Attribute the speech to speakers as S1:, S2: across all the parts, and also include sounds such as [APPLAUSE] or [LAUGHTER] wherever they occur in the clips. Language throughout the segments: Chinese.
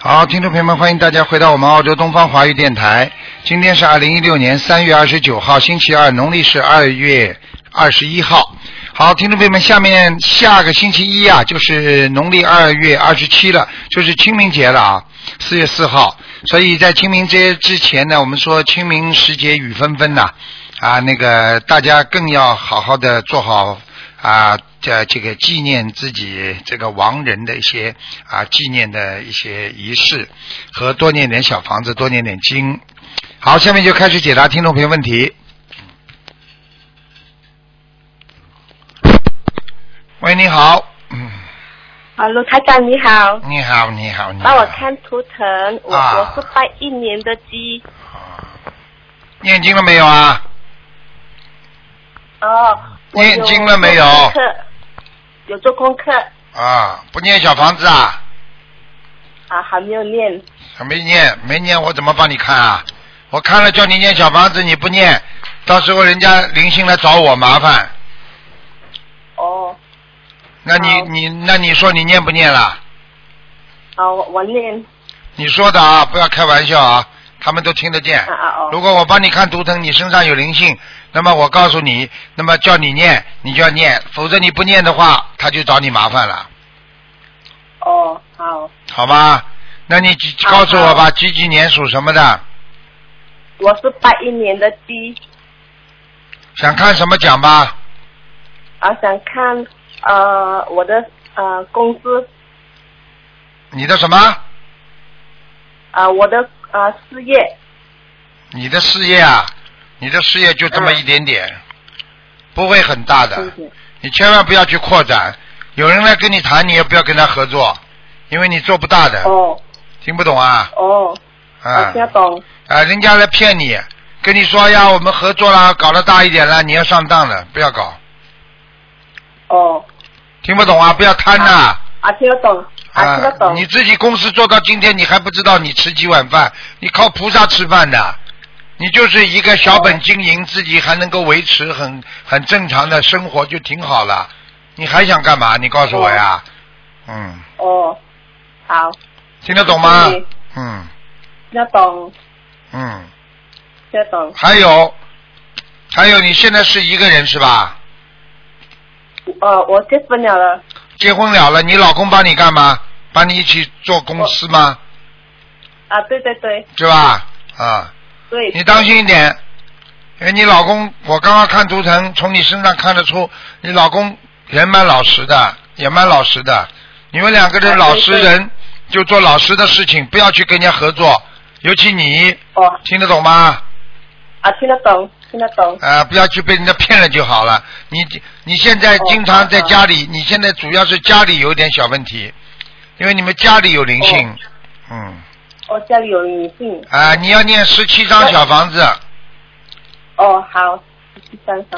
S1: 好，听众朋友们，欢迎大家回到我们澳洲东方华语电台。今天是二零一六年三月二十九号，星期二，农历是二月二十一号。好，听众朋友们，下面下个星期一啊，就是农历二月二十七了，就是清明节了啊，四月四号。所以在清明节之前呢，我们说清明时节雨纷纷呐、啊，那个大家更要好好的做好啊，这这个纪念自己这个亡人的一些啊纪念的一些仪式，和多念点小房子，多念点经。好，下面就开始解答听众朋友问题。喂，你好，嗯，
S2: 啊，卢台长你好，
S1: 你好，你好，你好。
S2: 帮我看图腾，
S1: 嗯
S2: 我、
S1: 啊
S2: 我是拜一年的鸡，
S1: 念经了没有啊？
S2: 哦，我有
S1: 念经了没有
S2: 做功课有做功课
S1: 啊，不念小房子啊？
S2: 啊，还没有念，
S1: 还没念，没念，我怎么帮你看啊？我看了叫你念小房子，你不念，到时候人家灵性来找我麻烦。
S2: 哦，
S1: 那你
S2: 好
S1: 你那你说你念不念啦？
S2: 啊，我我念，
S1: 你说的啊，不要开玩笑啊，他们都听得见
S2: 啊。啊
S1: 如
S2: 哦，
S1: 果我帮你看图腾，你身上有灵性，那么我告诉你，那么叫你念，你就要念，否则你不念的话，他就找你麻烦了，
S2: 哦，好，
S1: 好吗？那你几
S2: 啊
S1: 告诉我吧，
S2: 好
S1: 几几年属什么的？
S2: 我是拜一年的鸡，
S1: 想看什么讲吧？
S2: 啊，想看呃我的呃工资，
S1: 你的什么？
S2: 啊我的呃事业，
S1: 你的事业啊，你的事业就这么
S2: 嗯
S1: 一点点，不会很大的
S2: 谢。谢，
S1: 你千万不要去扩展，有人来跟你谈，你也不要跟他合作，因为你做不大的。
S2: 哦
S1: 听不懂啊？
S2: 哦，
S1: 啊
S2: 我听得懂，
S1: 啊！人家来骗你，跟你说呀，我们合作啦，搞得大一点啦，你要上当了，不要搞。
S2: 哦
S1: 听不懂啊？不要贪呐、
S2: 啊听得懂，啊听得懂
S1: 你，自己公司做到今天，你还不知道你吃几碗饭？你靠菩萨吃饭的，你就是一个小本经营，自己还能够维持很很正常的生活，就挺好了。你还想干嘛？你告诉我呀。嗯，
S2: 哦，好。
S1: 听得懂吗
S2: 谢谢？
S1: 嗯
S2: 要懂，
S1: 嗯，
S2: 要懂，
S1: 还有还有，你现在是一个人是吧？
S2: 呃，我结婚了了，
S1: 结婚了了，你老公帮你干嘛？帮你一起做公司吗？
S2: 啊，对对对
S1: 是吧？啊、
S2: 对，
S1: 你当心一点，因为你老公，我刚刚看图腾，从你身上看得出，你老公人蛮老实的，也蛮老实的。你们两个
S2: 啊
S1: 人
S2: 对
S1: 老实
S2: 对
S1: 人，就做老实的事情，不要去跟人家合作。尤其你
S2: 哦，
S1: 听得懂吗？
S2: 啊，听得懂，听得懂，
S1: 啊、不要去被人家骗了就好了。你你现在
S2: 哦
S1: 经
S2: 好
S1: 常
S2: 的
S1: 在家里，你现在主要是家里有点小问题，因为你们家里有灵性。嗯
S2: 哦，家里有女性，
S1: 啊、你要念十七张小房子。
S2: 哦，好，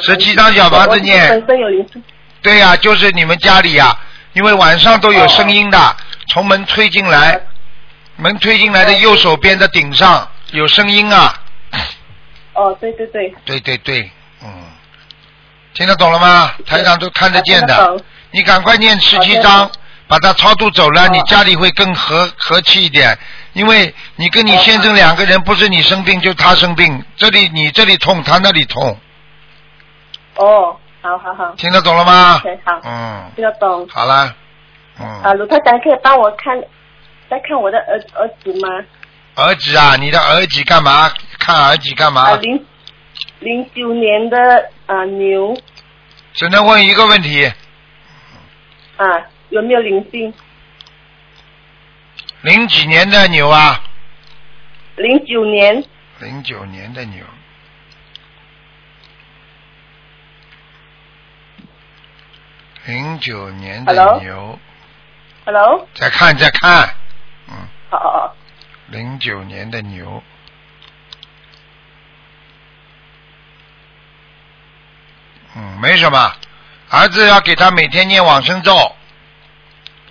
S2: 十七张小
S1: 17张小
S2: 房子，
S1: 房子
S2: 我我
S1: 念
S2: 本身有灵性，
S1: 对呀、就是你们家里呀、因为晚上都有声音的，
S2: 哦
S1: 从门推进来，门推进来的右手边的顶上有声音啊。
S2: 哦，对对对，
S1: 对对对，嗯，听得懂了吗？台长都看得见
S2: 啊
S1: 的，
S2: 听懂
S1: 你赶快念十七
S2: 好
S1: 章，把它超度走了，
S2: 哦
S1: 你家里会更和和气一点。因为你跟你
S2: 哦
S1: 先生两个人，不是你生病就他生病，这里你这里痛，他那里痛，
S2: 哦，好好好
S1: 听得懂了吗？
S2: ，OK，好，
S1: 啊嗯，
S2: 听得懂，
S1: 好了，嗯。
S2: 啊，卢科长可以帮我看，再看我的儿儿子吗？
S1: 儿子啊，你的儿子干嘛？看儿子干
S2: 啊，
S1: 嘛？
S2: 零零九年的啊牛
S1: 只能问一个问题：
S2: 啊，有没有灵性？
S1: 零几年的牛啊？
S2: 零九年
S1: 零九年的牛。零九年的
S2: Hello？
S1: 牛，
S2: ，Hello，
S1: 再看再看，嗯，
S2: 哦哦哦。
S1: 零九年的牛，嗯，没什么，儿子要给他每天念往生咒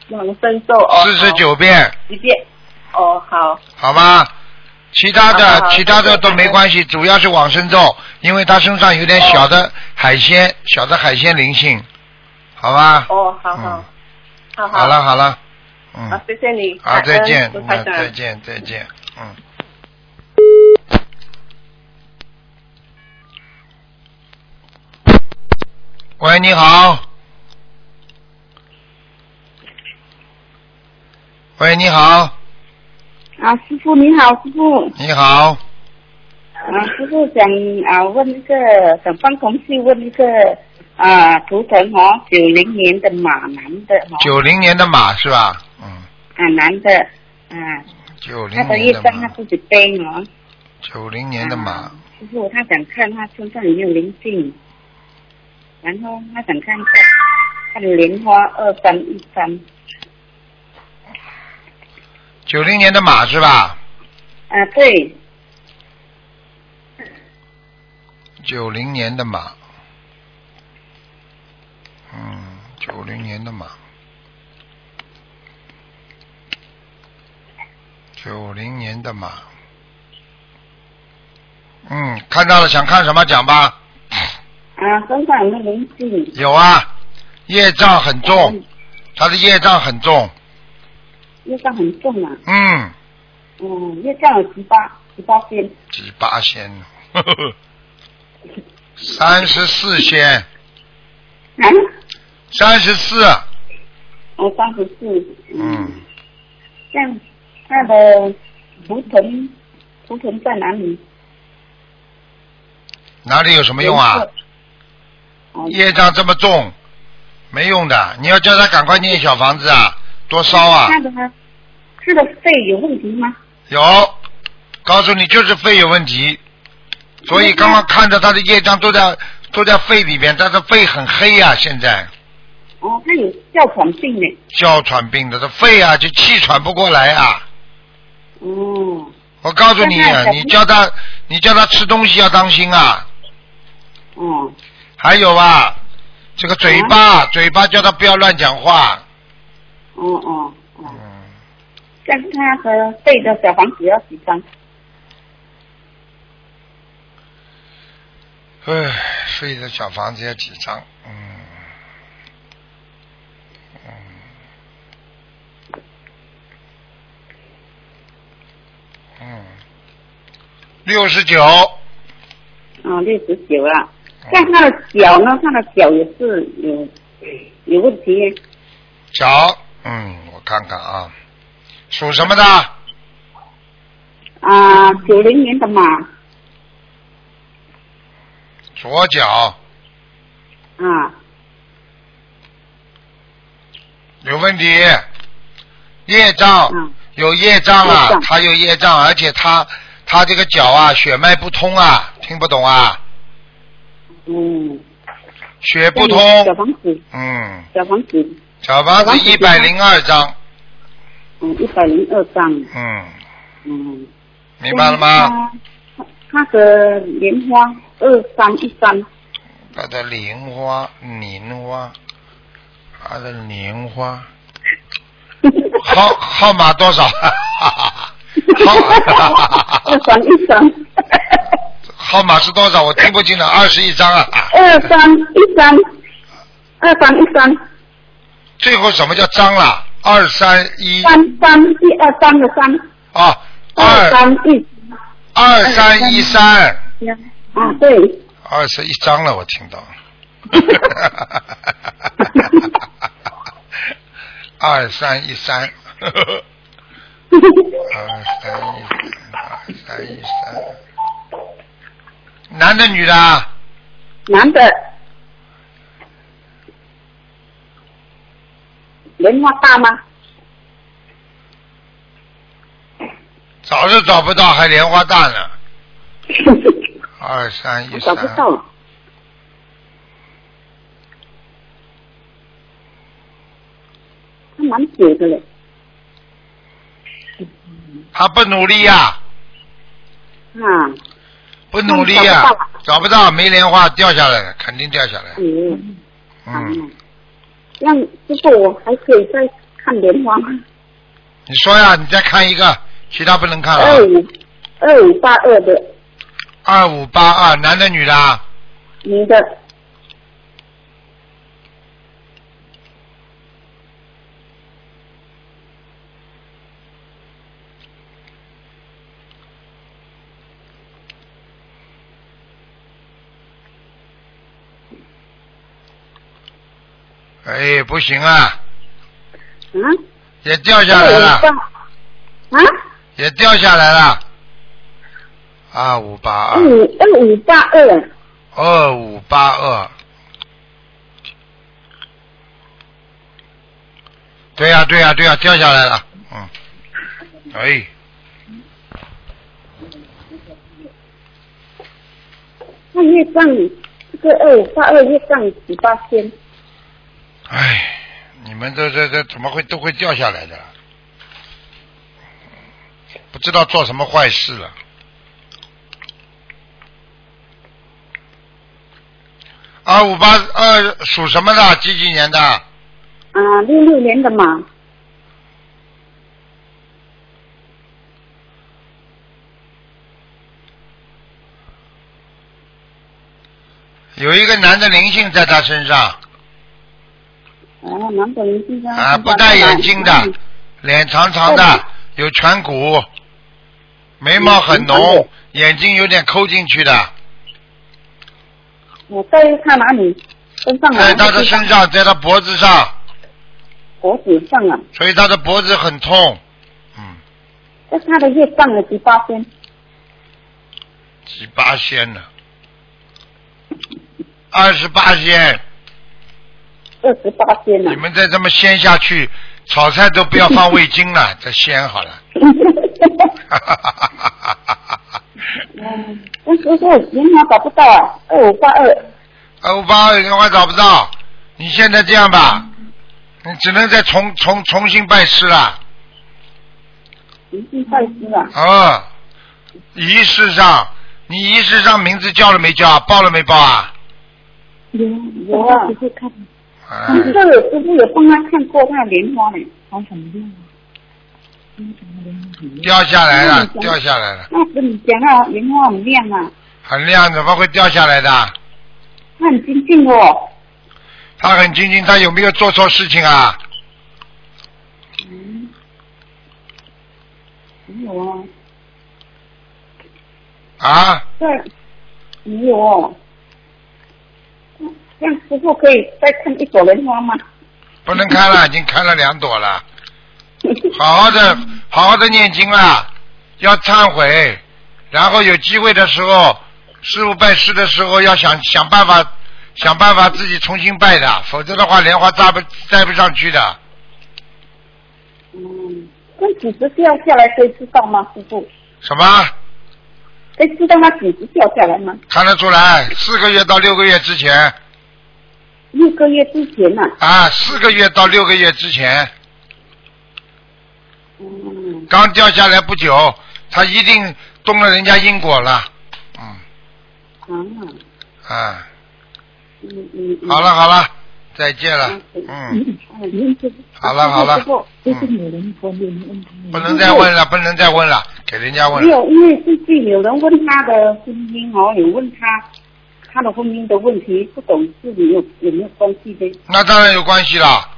S2: 往生咒哦，
S1: 四十九遍，
S2: 一遍哦，好
S1: 好吗？其他的、
S2: 好好好
S1: 其他
S2: 谢
S1: 的
S2: 谢
S1: 都没关系，主要是往生咒，因为他身上有
S2: 哦
S1: 点小的海鲜、小的海鲜灵性，好吧？
S2: 哦，好
S1: 嗯
S2: 好，好
S1: 好了好了，嗯
S2: 啊，谢谢你，
S1: 啊，
S2: 感
S1: 再
S2: 恩
S1: 见
S2: 卢，台
S1: 那
S2: 长
S1: 再见，再见，嗯。喂，你好。喂，你好，
S3: 啊，师傅你好，师傅。
S1: 你好，
S3: 啊，师傅想啊问一个，想帮同事问一个啊图腾哦，九零年的马男的哦，
S1: 九零年的马是吧？嗯，
S3: 啊男的，啊
S1: 九零
S3: 他的业
S1: 年的
S3: 障
S1: 马，
S3: 他自己背哦。
S1: 九零年的马
S3: 啊，师傅他想看他身上有没有灵性，然后他想看一下他的莲花二三一三，
S1: 九零年的马是吧？
S3: 啊对，
S1: 九零年的马，嗯，九零年的马，九零年的马，嗯，看到了，想看什么讲吧？
S3: 啊身上有没有灵性？
S1: 有啊，业障很重，，他的业障很重，
S3: 业障很重啊，
S1: 嗯，
S3: 嗯，业障有十八十八天，
S1: 几八仙，呵呵呵，三十四仙，
S3: 啊，
S1: 三十四，
S3: 我哦三十四，
S1: 嗯。
S3: 像他的图腾，图腾在哪里？
S1: 哪里有什么用啊？
S3: 哦
S1: 业障这么重，没用的。你要叫他赶快念小房子啊，多烧啊
S3: 他。的他的肺有问题吗？
S1: 有，告诉你就是肺有问题，所以刚刚看到他的业障都在都在肺里边，但是肺很黑呀、现在
S3: 哦，他有哮喘病呢。
S1: 哮喘病的，这肺啊就气喘不过来啊。
S3: 哦
S1: 我告诉你
S3: 那
S1: 啊，
S3: 那
S1: 你叫他你叫他吃东西要当心啊。
S3: 哦
S1: 还有啊，这个嘴巴
S3: 嗯
S1: 嘴巴叫他不要乱讲话。
S3: 哦哦哦，
S1: 嗯。
S3: 像他的肺的小房子要几张？
S1: 唉，睡的小房子要几张？嗯，嗯，嗯，六十九，
S3: 哦，六十九了。像他的脚呢？他的脚也是有有问题耶。
S1: 脚，嗯，我看看啊，属什么的？
S3: 啊，九零年的马，
S1: 左脚
S3: 啊，
S1: 有问题，业障
S3: 嗯，
S1: 有业障啊
S3: 业障，
S1: 他有业障，而且他他这个脚啊，血脉不通啊，听不懂啊，
S3: 嗯，
S1: 血不
S3: 小
S1: 通，
S3: 房子，
S1: 嗯。
S3: 小房子，
S1: 小房子一百零二张，
S3: 嗯，一百零二张，
S1: 嗯，
S3: 嗯。
S1: 明白了吗？？
S3: 他的莲花二三一三，
S1: 它的莲花，莲花，它的莲花，号号码多少？ [LAUGHS] 号
S3: 二三一三，
S1: 号码是多少？我听不清了，二十一张啊！
S3: 二三一三，二三一三，
S1: 最后什么叫张了？二三一
S3: 三三一二三的三，
S1: 啊，
S3: 二
S1: 二
S3: 三一，
S1: 二三一三，
S3: 啊对， [LAUGHS]
S1: 二十一张了，我听 [LAUGHS] 到了。二三一三，二三一三，二三一三，男的女的啊？
S3: 男的，莲花大吗？
S1: 找都找不到，还莲花大呢。二三一
S3: 我
S1: 三
S3: 找，不到了，他蛮久的嘞，
S1: 他不努力呀、
S3: 啊。
S1: 不努力呀、
S3: 找不到啊
S1: 找不到，没莲花掉下来了，肯定掉下来。
S3: 嗯，
S1: 嗯，
S3: 那师傅，我还可以再看莲花吗？
S1: 你说呀，你再看一个，其他不能看了啊。
S3: 二五二五八二的
S1: 二五八二，男的女的啊？
S3: 女的，啊
S1: 哎，不行啊，
S3: 嗯，
S1: 也掉下来了
S3: 哎我，爸啊，
S1: 也掉下来了。二五八
S3: 二
S1: 二，
S3: 五二五八二，
S1: 二五八二。对呀、对呀、对呀、掉下来了。嗯，哎，
S3: 那月账这个二五八二月账几八千？
S1: 哎，你们这这这怎么会都会掉下来的？不知道做什么坏事了。二五八二属什么的？几几年的？
S3: 啊，六六年的嘛，
S1: 有一个男的灵性在他身上，
S3: 哦，南本人经常
S1: 啊，不戴眼镜的，脸长长的
S3: 嗯，
S1: 有颧骨，眉毛很浓，眼睛有点抠进去的，
S3: 我在他哪里？身上啊，
S1: 在他的身上，在他脖子上，
S3: 脖子上啊，
S1: 所以他的脖子很痛。嗯，
S3: 在他的月账了几八千？
S1: 几八仙呢？二十八仙，
S3: 二十八千
S1: 你
S3: 啊。
S1: 们再这么鲜下去，炒菜都不要放味精了，再鲜好了。 [LAUGHS] 哈哈哈哈哈哈哈哈！
S3: [LAUGHS] 嗯，但是是银行找不到啊，二五八二，
S1: 二五八二电话找不到，你现在这样吧，你只能再重重重新拜师了。
S3: 银杏拜师啊，
S1: 哦，仪式上，你仪式上名字叫了没叫啊？报了没报啊？
S4: 有
S3: 有啊
S4: 我只会看
S1: 哎
S3: 但是这个师傅有帮他看过他的莲花呢，
S4: 好什么用啊？嗯什么用啊
S1: 掉下来了，掉下来了，
S3: 那时你讲到莲花很亮啊，
S1: 很亮，怎么会掉下来的？
S3: 他很精进的哦，
S1: 他很精进，他有没有做错事情啊？
S3: 没有啊，
S1: 啊，
S3: 这没有哦。这样师傅可以再看一朵莲花吗？
S1: 不能看了，已经看了两朵了。好好的，好好的念经啦，要忏悔，然后有机会的时候，师傅拜师的时候要想想办法，想办法自己重新拜的，否则的话莲花扎不栽不上去的。
S3: 嗯，那几只掉下来可以知道吗？师傅，
S1: 什么？
S3: 可以知道它几只掉下来吗？
S1: 看得出来，四个月到六个月之前
S3: 六个月之前呐、啊。
S1: 啊，四个月到六个月之前，
S3: 嗯，
S1: 刚掉下来不久，他一定动了人家因果了。嗯，
S3: 啊，嗯
S1: 啊，
S3: 嗯嗯。
S1: 好了好了，再见了。嗯，
S4: 嗯
S3: 嗯。
S4: 您这个
S1: 好了好了，嗯
S4: 就是女人婆女人问
S1: 不能再问了，不能再问了，给人家问
S3: 没
S1: 了。
S3: 有，因为最近有人问他的婚姻哦，有问他他的婚姻的问题，不懂是没有有没有关系的。
S1: 那当然有关系了。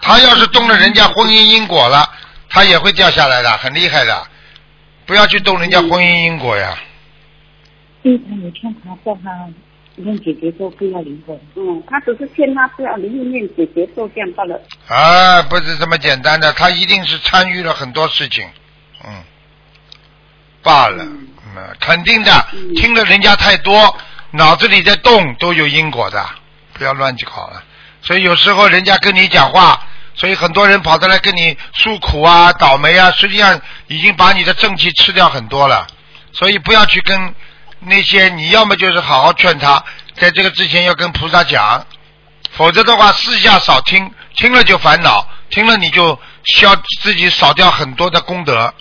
S1: 他要是动了人家婚姻因果了，他也会掉下来的，很厉害的。不要去动人家婚姻因果呀。
S4: 对他有劝他叫他跟姐姐说不要离婚，
S3: 嗯，他只是劝他不要离婚，念姐姐受这样罢了。
S1: 啊，不是这么简单的，他一定是参与了很多事情，嗯，罢了，嗯，肯定的，
S3: 嗯
S1: 听了人家太多，脑子里在动，都有因果的，不要乱去搞了。所以有时候人家跟你讲话，所以很多人跑过来跟你诉苦啊、倒霉啊，实际上已经把你的正气吃掉很多了。所以不要去跟那些，你要么就是好好劝他，在这个之前要跟菩萨讲，否则的话，私下少听，听了就烦恼，听了你就消自己少掉很多的功德，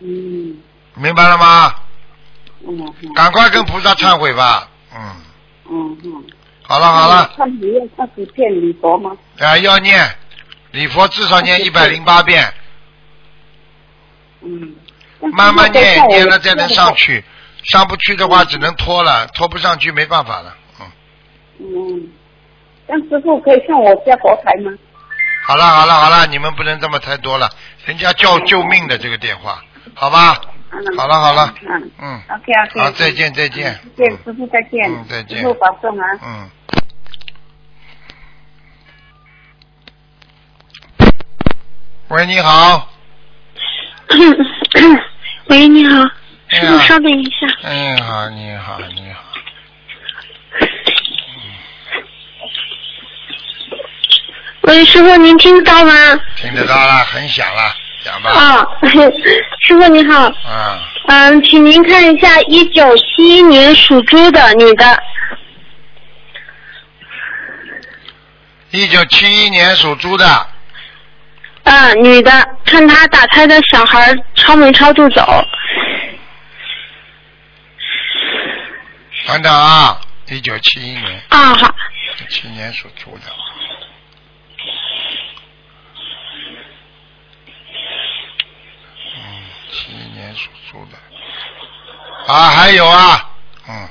S3: 嗯，
S1: 明白了吗？
S3: 嗯
S1: 赶快跟菩萨忏悔吧。嗯，
S3: 嗯嗯。
S1: 好了好了，啊、
S3: 看你要二十遍礼佛吗？
S1: 要念礼佛至少念一百零八遍，
S3: 嗯。
S1: 慢慢念
S3: 但是
S1: 念
S3: 我
S1: 了再能上。去，上不去的话只能拖了，拖不上去没办法了。嗯，
S3: 嗯，但师傅可以看我家佛台吗？
S1: 好了好了好了，你们不能这么太多了，人家叫救命的这个电话，好吧？
S3: 啊
S1: 好了好了，
S3: 嗯
S1: 嗯，
S3: ，OK OK。
S5: 嗯
S1: 好，再。见再见。
S3: 见师傅再见。
S1: 嗯再见
S3: 师傅保重啊。
S1: 嗯，喂，你好。
S5: [COUGHS] 喂，你好，
S1: 哎
S5: 师
S1: 呀
S5: 傅，稍等一下。
S1: 哎，好，你好，你好。
S5: 喂，师傅，您听得到吗？
S1: 听得到了，很响了，讲吧。
S5: 啊、 [LAUGHS] 师傅你好，
S1: 啊，
S5: 嗯，请您看一下一九七一年属猪的你的，
S1: 一九七一年属猪的，
S5: 嗯，女的，看她打胎的小孩超没超度走。
S1: 等等啊，一九七一年，
S5: 啊，好，
S1: 七年属猪的。嗯，七一年属猪的。啊，还有啊，嗯，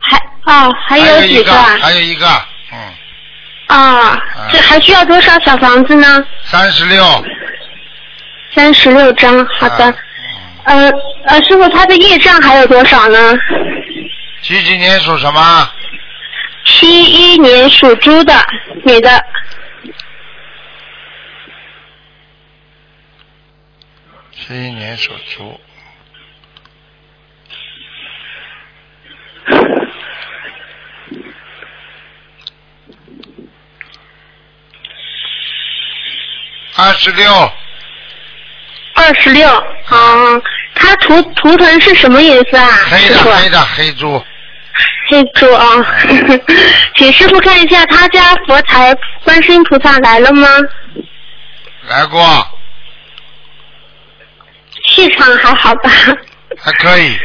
S5: 还啊、还
S1: 有
S5: 有几
S1: 一
S5: 个
S1: 个，
S5: 啊？
S1: 还有一个，嗯，
S5: 啊，这还需要多少小房子呢？
S1: 三十六。
S5: 三十六张，好的。
S1: 啊嗯，
S5: 呃呃，师傅，他的业障还有多少呢？
S1: 几几年属什么？
S5: 七一年属猪的女的，
S1: 七一年属猪。二十六，
S5: 二十六。嗯，她图图腾是什么颜色啊？
S1: 黑
S5: 师
S1: 的
S5: 傅，
S1: 黑的黑猪，
S5: 黑猪啊、 [LAUGHS] 请师傅看一下他家佛台观世音菩萨来了吗？
S1: 来过，
S5: 气场还好吧？
S1: 还可以。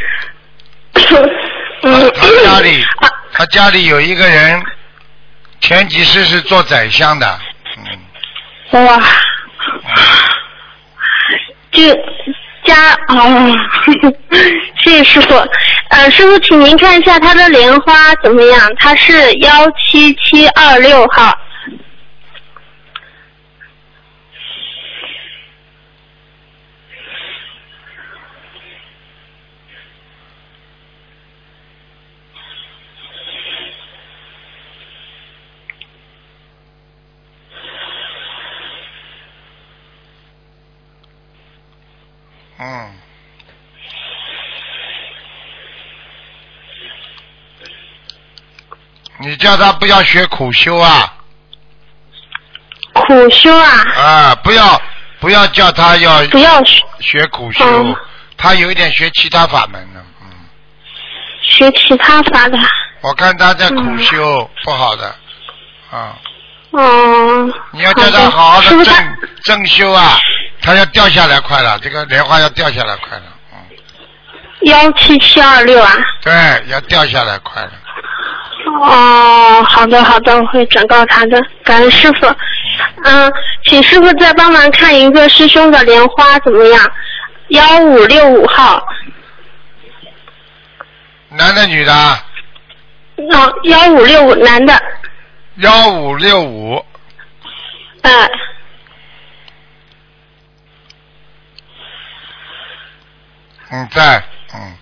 S5: 嗯 [LAUGHS]
S1: 他，他家里
S5: 啊，
S1: 他家里有一个人，前几世是做宰相的，嗯，
S5: 哇，这家哦， [LAUGHS] 谢谢师傅。呃，师傅，请您看一下他的莲花怎么样？他是幺七七二六号。
S1: 嗯，你叫他不要学苦修啊
S5: 苦修啊，
S1: 啊！不要不要叫他要
S5: 不要学
S1: 学苦修，
S5: 嗯
S1: 他有一点学其他法门呢。嗯，
S5: 学其他法的。
S1: 我看他在苦修，
S5: 嗯
S1: 不好的啊！
S5: 哦、
S1: 你要叫他
S5: 的
S1: 好好
S5: 师
S1: 的
S5: 傅
S1: 正
S5: 他
S1: 正修啊，他要掉下来快了，这个莲花要掉下来快了。嗯，
S5: 幺七七二六啊。
S1: 对，要掉下来快了。
S5: 哦，好的好的，我会转告他的，感恩师傅。嗯，请师傅再帮忙看一个师兄的莲花怎么样？幺五六五号，
S1: 男的女的啊？
S5: 那哦幺五六五男的，
S1: 幺五六五，
S5: 呃，
S1: 嗯，在，嗯，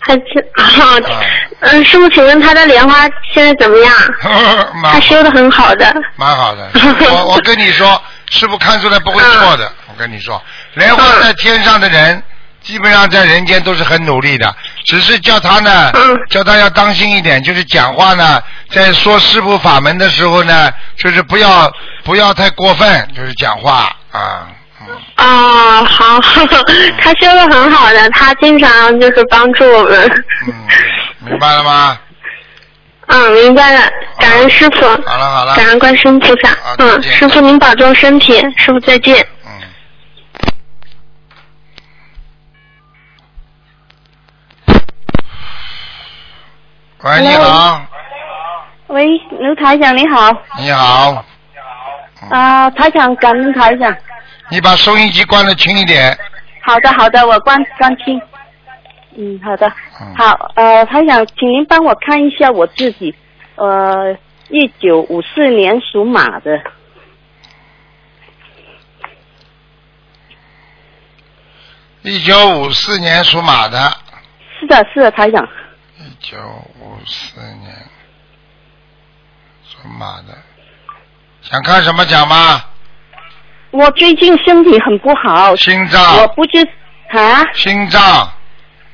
S5: 还是啊
S1: 啊，
S5: 嗯，师傅，请问他的莲花现在怎么样？他
S1: [LAUGHS] 蛮好
S5: 修的很好的，
S1: 蛮好的。我我跟你说，师傅看出来不会错的。我跟你说，莲花在天上的人，基本上在人间都是很努力的，只是叫他呢
S5: 嗯，
S1: 叫他要当心一点，就是讲话呢，在说师傅法门的时候呢，就是不要不要太过分，就是讲话啊，嗯，
S5: 哦，好，他修的很好的，他经常就是帮助我们。
S1: 嗯明白了吗？
S5: 嗯，明白了，感恩师傅。
S1: 好了好了，
S5: 感恩观世音菩萨
S1: 好。再
S5: 嗯，
S1: 见
S5: 师傅您保重身体，师傅再见。
S1: 嗯。喂，你好，
S6: 喂，刘台长你好，
S1: 你好，
S6: 啊、台长感恩台长，
S1: 你把收音机关的轻一点。
S6: 好的好的，我关关听，嗯好的，
S1: 嗯，
S6: 好呃台长，请您帮我看一下我自己，呃一九五四年属马的，
S1: 一九五四年属马的，
S6: 是的是的台长，
S1: 一九五四年属马的，想看什么奖吗？
S5: 我最近身体很不好，
S1: 心
S5: 我
S1: 脏，
S5: 不知啊，
S1: 心脏，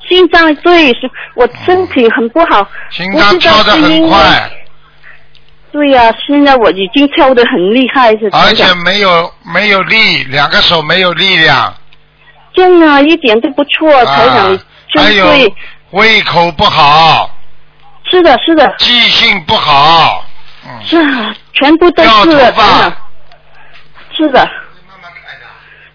S5: 心脏对，是我身体很不好，
S1: 心
S5: 不
S1: 脏
S5: 知道
S1: 跳得
S5: 是
S1: 很
S5: 因为。
S1: 快，
S5: 对呀、现在我已经跳得很厉害，是
S1: 而
S5: 真
S1: 且
S5: 的
S1: 没有没有力，两个手没有力量，
S5: 真的一点都不错，台长
S1: 啊，还
S5: 真
S1: 有
S5: 对，
S1: 胃口不好，
S5: 是的，是的，
S1: 记性不好，嗯，
S5: 是啊，全部都
S1: 掉
S5: 是
S1: 头
S5: 的，台
S1: 发
S5: 长，，是的，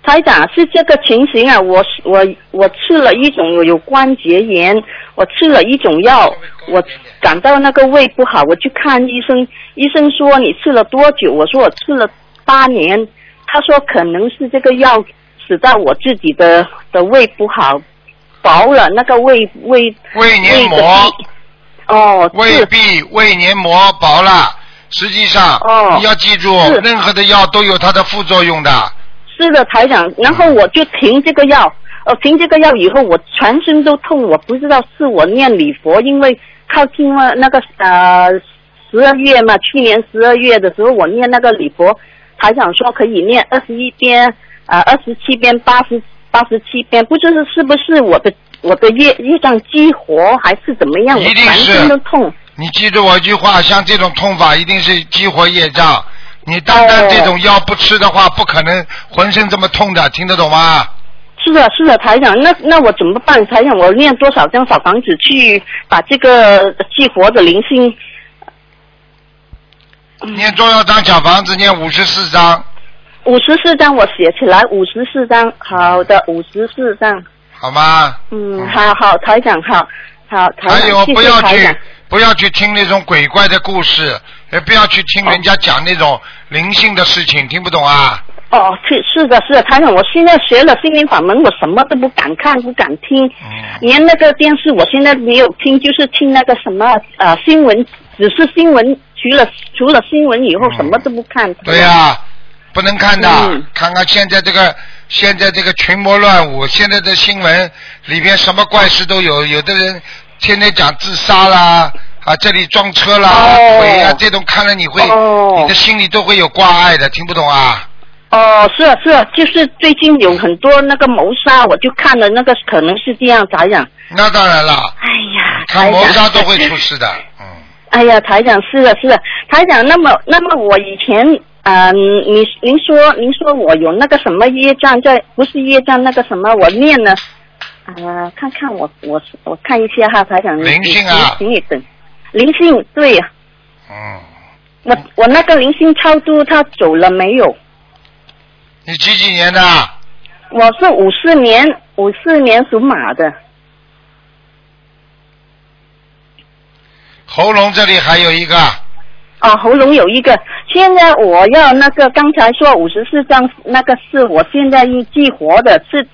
S5: 台长是这个情形啊，我是我我吃了一种有关节炎，我吃了一种药，我感到那个胃不好，我去看医生，医生说你吃了多久？我说我吃了八年，他说可能是这个药使到我自己的的胃不好，薄了那个胃胃
S1: 胃黏
S5: 胃的
S1: 膜
S5: 壁，哦，
S1: [LAUGHS] 胃
S5: 是
S1: 壁、胃黏膜薄了。实际上，
S5: 哦
S1: 你要记住
S5: 是，
S1: 任何的药都有它的副作用的。
S5: 是的，台长。然后我就停这个药，呃，停这个药以后，我全身都痛，我不知道是我念礼佛，因为靠近了那个呃十二月嘛，去年十二月的时候我念那个礼佛，台长说可以念二十一遍，呃，二十七遍，八十八十七遍，不知是是不是我的我的业业障激活还是怎么样，我
S1: 一定
S5: 全
S1: 是
S5: 身都痛。
S1: 你记住我一句话，像这种痛法一定是激活业障。你单单这种药不吃的话，
S5: 哦
S1: 不可能浑身这么痛的，听得懂吗？
S5: 是的，是的，台长，那那我怎么办？台长，我念多少张小房子去把这个激活的灵性？嗯
S1: 念多少张小房子？念五十四张，
S5: 五十四张我写起来，五十四张，好的，五十四张，
S1: 好吗？
S5: 嗯，好好，台长好，好，台
S1: 还有
S5: 长，谢
S1: 不
S5: 谢
S1: 要
S5: 台长
S1: 去，不要去听那种鬼怪的故事，也不要去听人家讲那种灵性的事情，听不懂啊？
S5: 哦，是是的，是的，台长，我现在学了心灵法门，我什么都不敢看，不敢听，
S1: 嗯，
S5: 连那个电视我现在没有听，就是听那个什么呃新闻，只是新闻，除了除了新闻以后
S1: 嗯
S5: 什么都不看。
S1: 对呀、不能看的，
S5: 嗯
S1: 看看现在这个现在这个群魔乱舞，现在的新闻里边什么怪事都有，有的人天天讲自杀啦，啊这里撞车啦，
S5: 哦
S1: 鬼啊这种看了你会、
S5: 哦
S1: 你的心里都会有挂碍的，听不懂啊？
S5: 哦，是啊，是啊，就是最近有很多那个谋杀，我就看了那个，可能是这样，台长。
S1: 那当然了，
S5: 哎呀，
S1: 看
S5: 台长
S1: 谋杀都会出事的，嗯。
S5: 哎呀，台长是的，是的，台长。那么，那么我以前，嗯，您您说您说我有那个什么业障在，不是业障那个什么，我念了，啊、看看我我我看一下哈，台长，你
S1: 灵性啊
S5: 请你等，灵性对，
S1: 嗯，
S5: 我我那个灵性超度他走了没有？
S1: 你几几年的？
S5: 我是五四年五四年属马的，
S1: 喉咙这里还有一个，
S5: 啊，喉咙有一个。现在我要那个刚才说五十四张，那个是我现在一激活的，是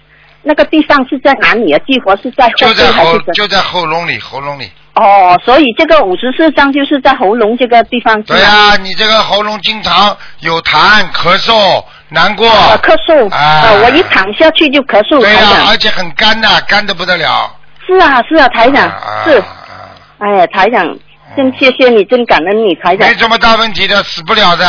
S5: 那个地方是在哪里啊？激活是在后
S1: 就
S5: 背
S1: 在
S5: 还
S1: 喉
S5: 是什
S1: 就在喉咙里，喉咙里。
S5: 哦，所以这个五十四张就是在喉咙这个地方。是吧啊
S1: 对呀、你这个喉咙经常有痰、咳嗽、难过，
S5: 啊，咳嗽
S1: 哎
S5: 啊，我一躺下去就咳嗽，
S1: 对啊
S5: 台
S1: 呀、
S5: 长。
S1: 而且很干呐、干的不得了。
S5: 是啊，是啊，台长
S1: 啊、
S5: 是，
S1: 啊
S5: 哎，台长，真谢谢你，真感恩你，台长
S1: 没。什么大问题的，死不了的，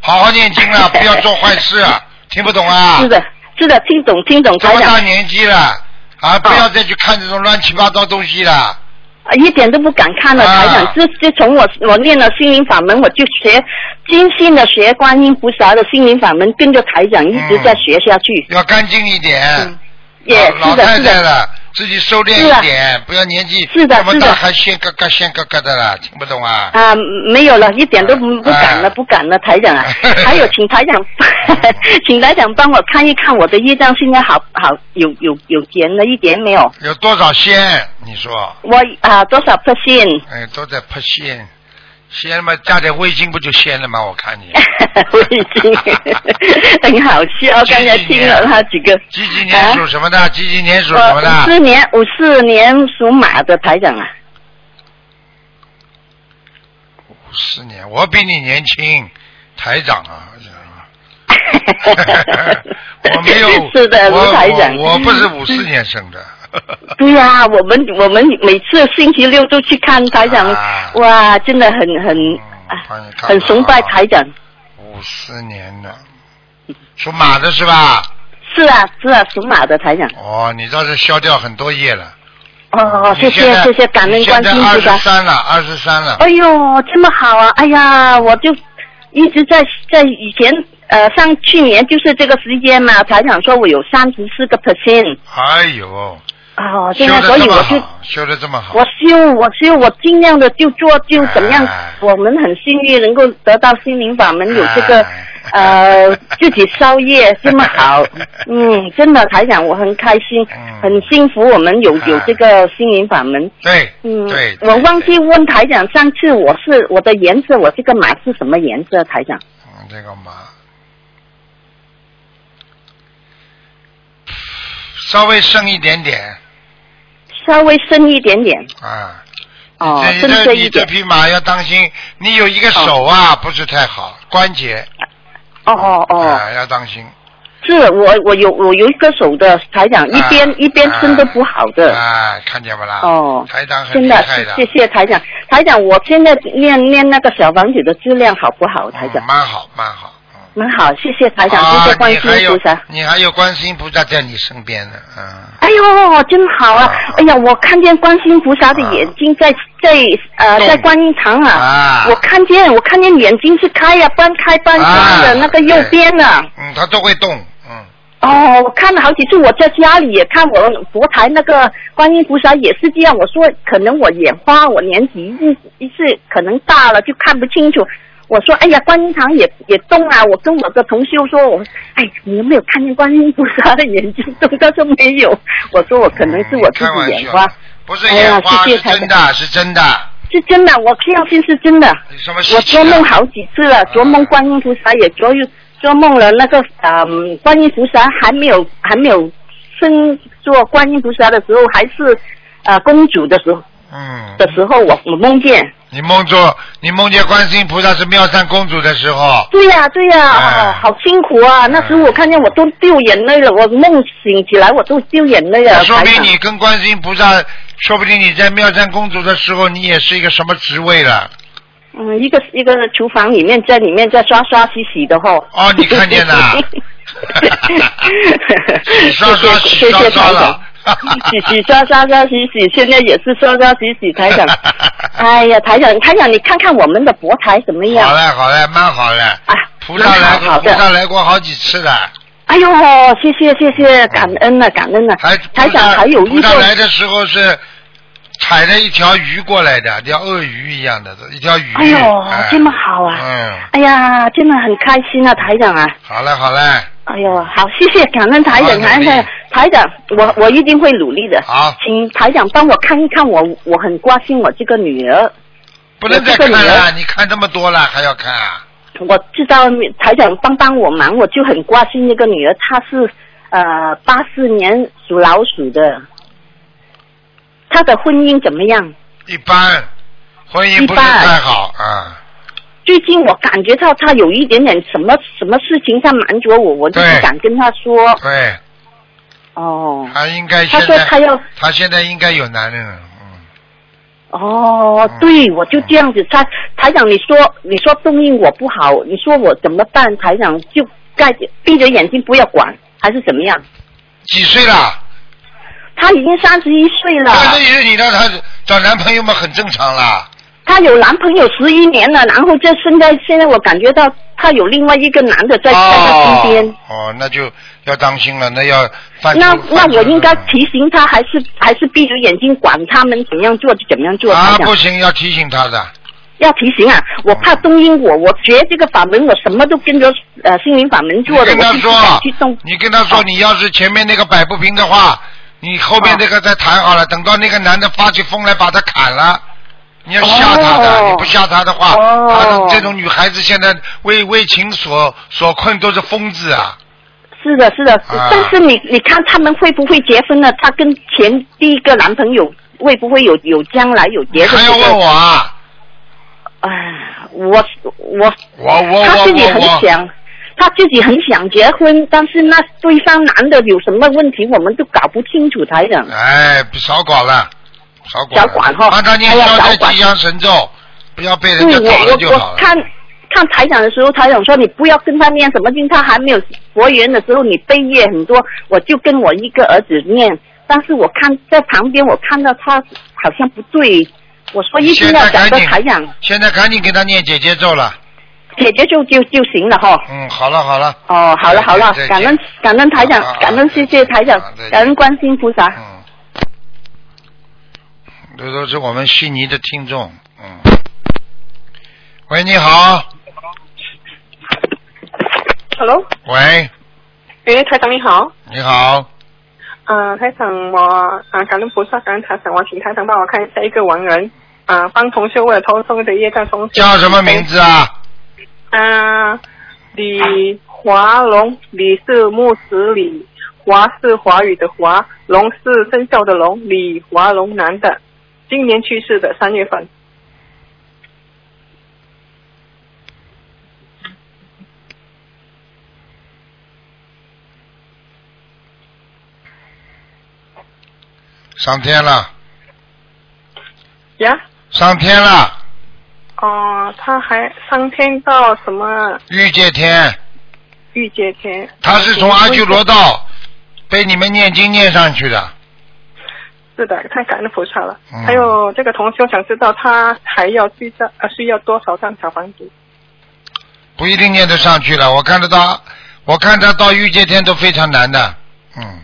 S1: 好好念经
S5: [LAUGHS]
S1: 了，不要做坏事，听不懂啊？
S5: 是的，是的，听懂，听懂，
S1: 这
S5: 台
S1: 么大
S5: 长，
S1: 年纪了，啊，不要再去看这种乱七八糟东西了。
S5: 啊一点都不敢看了，
S1: 啊
S5: 台长。自自从我我念了心灵法门，我就学精心的学观音菩萨的心灵法门，跟着台长一直在学下去。
S1: 要干净一点。
S5: 嗯也、
S1: 嗯老
S5: 是
S1: 老
S5: 的，
S1: 太
S5: 是
S1: 太
S5: 的，
S1: 了，自己收敛一点，不要年纪
S5: 是的
S1: 这么
S5: 是
S1: 大
S5: 的
S1: 还掀嘎嘎掀嘎嘎的了，听不懂啊？
S5: 啊，没有了，一点都不不敢了，
S1: 啊。
S5: 不敢了，台长啊
S1: [LAUGHS]
S5: 还有，请台长， [LAUGHS] 请台长帮我看一看我的业障现在好好有有有减了一点没有？
S1: 有多少仙？你说，
S5: 我啊多少 percent？ [LAUGHS]
S1: 哎，都在破仙，仙嘛，加点味精不就仙了吗？我看
S5: [LAUGHS]
S1: 你
S5: 我已经 [LAUGHS] 很好笑，刚才听了他几个。啊哦
S1: 几几年属什么的？几几年属什么
S5: 五
S1: 的？
S5: 呃四年五四年属马的台长啊，
S1: 五四年，我比你年轻，台长啊。 [LAUGHS]
S5: [LAUGHS]
S1: 我没有，
S5: [LAUGHS] 是的，卢
S1: 我
S5: 台长，嗯
S1: 我我不是五四年生的。
S5: 对呀、我们我们每次星期六都去看台长，
S1: 啊
S5: 哇，真的很很、
S1: [LAUGHS] 嗯
S5: 啊
S1: 帮你看看啊
S5: 很崇拜台长，
S1: 五四年的，属马的是吧？
S5: 是啊是啊，属马的台长。
S1: 哦，你倒是消掉很多页了。
S5: 哦，谢
S1: 你
S5: 谢
S1: 现在
S5: 谢谢，感恩关心
S1: 你
S5: 菩
S1: 现在
S5: 萨
S1: 二十。三了，二十三了。
S5: 哎呦，这么好啊！哎呀，我就一直在在以前呃，上去年就是这个时间嘛，台长说我有三十四个 percent
S1: 哎呦，
S5: 哦，
S1: 修
S5: 现在
S1: 的
S5: 所以
S1: 这么
S5: 我就
S1: 好，修的这么好。
S5: 我修我修我尽量的就做就怎么样
S1: 哎，
S5: 我们很幸运能够得到心灵法门有这个
S1: 哎，
S5: 呃自己烧业这么好
S1: [LAUGHS]
S5: 嗯，真的台长我很开心
S1: 嗯，
S5: 很幸福，我们有
S1: 哎
S5: 有这个心灵法门。
S1: 对，
S5: 嗯，
S1: 对，
S5: 我
S1: 对
S5: 忘记问台长，上次我是我的颜色，我这个马是什么颜色？台长，
S1: 嗯，这个马，稍微深一点点
S5: 稍微深一点点，
S1: 啊。
S5: 哦，
S1: 这
S5: 深
S1: 这
S5: 色
S1: 你
S5: 一
S1: 这
S5: 点，
S1: 匹马要当心，你有一个手啊，不是太好，关节
S5: 哦哦哦，
S1: 啊要当心。
S5: 是我我有我有一个手的台长，一边、
S1: 啊
S5: 一边伸都不好的。
S1: 啊，看见不啦？
S5: 哦
S1: 台长很
S5: 真
S1: 厉
S5: 的
S1: 害的，
S5: 是，谢谢台长。台长，我现在念念那个小房子的质量好不好？台
S1: 嗯
S5: 长，
S1: 蛮好，蛮好。嗯
S5: 蛮好，谢谢台长，
S1: 啊
S5: 谢谢观世音菩萨。
S1: 你还有你还有观世音菩萨在你身边呢，嗯。
S5: 哎呦，真好啊
S1: 啊！
S5: 哎呀，我看见观世音菩萨的眼睛在在呃
S1: 动
S5: 在观音堂啊，
S1: 啊。
S5: 我看见我看见眼睛是开呀、半开半关
S1: 啊
S5: 的那个右边啊。
S1: 嗯，他都会动，嗯。
S5: 哦，我看了好几次，我在家里也看我佛台那个观音菩萨也是这样。我说可能我眼花，我年纪一一是可能大了就看不清楚。我说哎呀，观音堂也也动啊！我跟我的同修说，我哎，你有没有看见观音菩萨的眼睛动？他说没有。我说我可能是我自
S1: 嗯开玩
S5: 己
S1: 笑
S5: 眼花，
S1: 不是眼花，
S5: 哎呀谢谢
S1: 是真的，是真的。
S5: 是真的，我相信是真的。
S1: 有什么稀啊
S5: 我
S1: 奇的
S5: 做梦好几次了，做梦观音菩萨也做做梦了，那个嗯，观音菩萨还没有还没有升做观音菩萨的时候，还是呃公主的时候
S1: 嗯，
S5: 的时候，我我梦见，
S1: 你梦中，你梦见观世音菩萨是妙善公主的时候，
S5: 对呀、对呀、
S1: 哎
S5: 哦，好辛苦啊！那时候我看见我都掉眼泪了，我梦醒起来我都掉眼泪了。
S1: 说
S5: 台
S1: 明
S5: 长
S1: 你跟观世音菩萨，说不定你在妙善公主的时候，你也是一个什么职位了。
S5: 嗯，一个一个厨房里面在里面在刷刷洗洗的哈。
S1: 哦你看见
S5: [LAUGHS]
S1: 了洗刷刷
S5: 谢
S1: 洗
S5: 谢
S1: 刷
S5: 谢
S1: 刷
S5: 谢台
S1: 了。
S5: 长， [LAUGHS] 洗洗刷刷刷洗洗，现在也是刷刷洗洗，台长
S1: [LAUGHS]
S5: 哎呀，台长，台长，你看看我们的佛台怎么样
S1: 好？嘞，好嘞，蛮好嘞。
S5: 啊，
S1: 菩萨来
S5: 蛮
S1: 过，
S5: 好
S1: 菩萨
S5: 的。
S1: 来过好几次了。
S5: 哎呦，谢谢谢谢，感恩了感恩了。啊
S1: 还
S5: 台长还有一
S1: 菩
S5: 个
S1: 萨来的时候是踩着一条鱼过来的，一条鳄鱼一样的，一条鱼。
S5: 哎呦
S1: 哎，
S5: 这么好啊！
S1: 嗯，
S5: 哎呀，真的很开心啊，台长啊！
S1: 好嘞，好嘞，
S5: 哎呦，好，谢谢，感恩台
S1: 好
S5: 长，
S1: 努
S5: 感恩
S1: 力
S5: 台长，台长，我我一定会努力的。
S1: 好
S5: 请台长帮我看一看我，我很关心我这个女儿。
S1: 不能再
S5: 我这
S1: 看
S5: 个女
S1: 了，
S5: 儿
S1: 你看这么多了还要看啊？
S5: 我知道台长帮帮我忙，我就很关心那个女儿，她是呃八四年属老鼠的，她的婚姻怎么样？
S1: 一般，婚姻不是
S5: 一般
S1: 太好啊、
S5: 最近我感觉到她有一点点什么什么事情，她瞒着我，我就
S1: 对
S5: 不敢跟她说。
S1: 对，
S5: 哦，
S1: 他应该
S5: 她
S1: 现
S5: 说
S1: 在，
S5: 她要
S1: 他现在应该有男人了，嗯，
S5: 哦
S1: 嗯，
S5: 对，我就这样子。台台长，你说你说供应我不好，你说我怎么办？台长就盖着闭着眼睛不要管，还是怎么样？
S1: 几岁了？
S5: 他已经三十一岁了，
S1: 但是你让他找男朋友嘛，很正常啦。
S5: 她有男朋友十一年了，然后这现在现在我感觉到她有另外一个男的在、在她身边
S1: 哦。，哦，那就要当心了，那要犯
S5: 那
S1: 出
S5: 那
S1: 犯
S5: 我
S1: 出
S5: 应该
S1: 嗯
S5: 提醒她，还是还是闭着眼睛管他们怎么样做就怎么样做？
S1: 啊，
S5: 台长
S1: 不行，要提醒他的。
S5: 要提醒啊！我怕动因我，我学这个法门，我什么都跟着呃心灵法门
S1: 你
S5: 做的，
S1: 跟他
S5: 我就不敢
S1: 说
S5: 去动，。
S1: 你跟他说，
S5: 哦
S1: 你要是前面那个摆不平的话，你后面这个再谈好了。等到那个男的发起疯来把他砍了，你要吓他的。
S5: 哦
S1: 你不吓他的话，
S5: 哦
S1: 他的这种女孩子现在为为情所所困都是疯子啊。
S5: 是的，是的。
S1: 啊
S5: 但是你你看他们会不会结婚呢？她跟前第一个男朋友会不会有有将来有
S1: 你
S5: 结婚？
S1: 还要问我？啊？
S5: 哎，我我
S1: 我我
S5: 他
S1: 我
S5: 自己
S1: 我
S5: 很
S1: 我。
S5: 想，他自己很想结婚，但是那对方男的有什么问题，我们都搞不清楚，台长。
S1: 哎，少管了，少管了。
S5: 少管哈
S1: 帮他念
S5: 哎呀
S1: 消灾
S5: 少管
S1: 吉祥神咒，不要被人
S5: 对
S1: 家
S5: 我
S1: 打了就
S5: 我
S1: 好
S5: 我
S1: 了。
S5: 看看台长的时候，台长说你不要跟他念什么经，他还没有佛缘的时候，你背业很多。我就跟我一个儿子念，但是我看在旁边，我看到他好像不对，我说一定
S1: 现
S5: 要
S1: 在
S5: 讲
S1: 赶
S5: 到
S1: 紧
S5: 台长，
S1: 现在赶紧给他念姐姐咒了。
S5: 姐姐就就就行了哈。
S1: 嗯，好了好了，
S5: 哦，好了好了
S1: 再见再见，
S5: 感恩感恩台长
S1: 啊啊啊，
S5: 感恩谢谢台长
S1: 啊再见，
S5: 感恩观世音菩萨。
S1: 嗯，这都是我们悉尼的听众，嗯。喂，你好，
S7: Hello，
S1: 喂，
S7: 喂，哎台长你好，
S1: 你好，
S7: 嗯、台长我啊、感恩菩萨，感恩台长，我请台长帮我看一下一个亡人，啊、帮同修为了偷偷的业障重修
S1: 叫什么名？字啊？
S7: 啊、李华龙，李是木子李，华是华语的华，龙是生肖的龙，李华龙男的，今年去世的三月份，
S1: 上天了，
S5: 啊
S7: 呀、
S1: 上天了，
S7: 哦、他还上天到什么
S1: 御界天，
S7: 御界天？
S1: 他是从阿修罗道被你们念经念上去的。
S7: 是的，太感恩菩萨了。
S1: 嗯
S7: 还有这个同修想知道他还要需要呃需要多少张小房子？
S1: 不一定念得上去了。我看得到，我看他到御界天都非常难的。嗯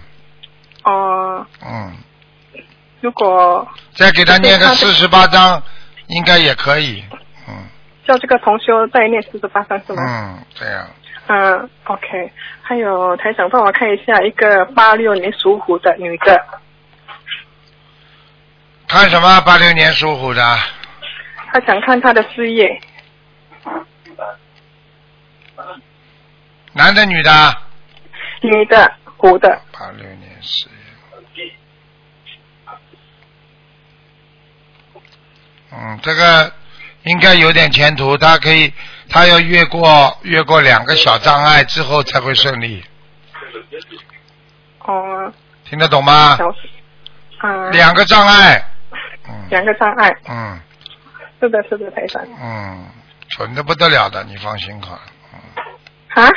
S7: 哦、
S1: 嗯，
S7: 如果
S1: 再给他念个
S7: 对
S1: 四十八章，应该也可以。嗯
S7: 叫这个同修再念四十八张是吗？
S1: 嗯，这样。
S7: 嗯、o k 还有台长帮我看一下一个八六年属虎的女的，
S1: 看什么？八六年属虎的，
S7: 她想看她的事业，
S1: 男的女的？
S7: 女的虎的，
S1: 八六年十月。嗯，这个应该有点前途，他可以，他要越过越过两个小障碍之后才会顺利，
S7: 哦、
S1: 听得懂吗？
S7: 小，嗯、
S1: 两个障
S7: [LAUGHS]
S1: 碍。嗯
S7: 两个障碍，
S1: 嗯
S7: 是的，是的，台长
S1: 嗯，准的不得了的，你放心
S7: [LAUGHS]
S1: 好了，
S7: 啊，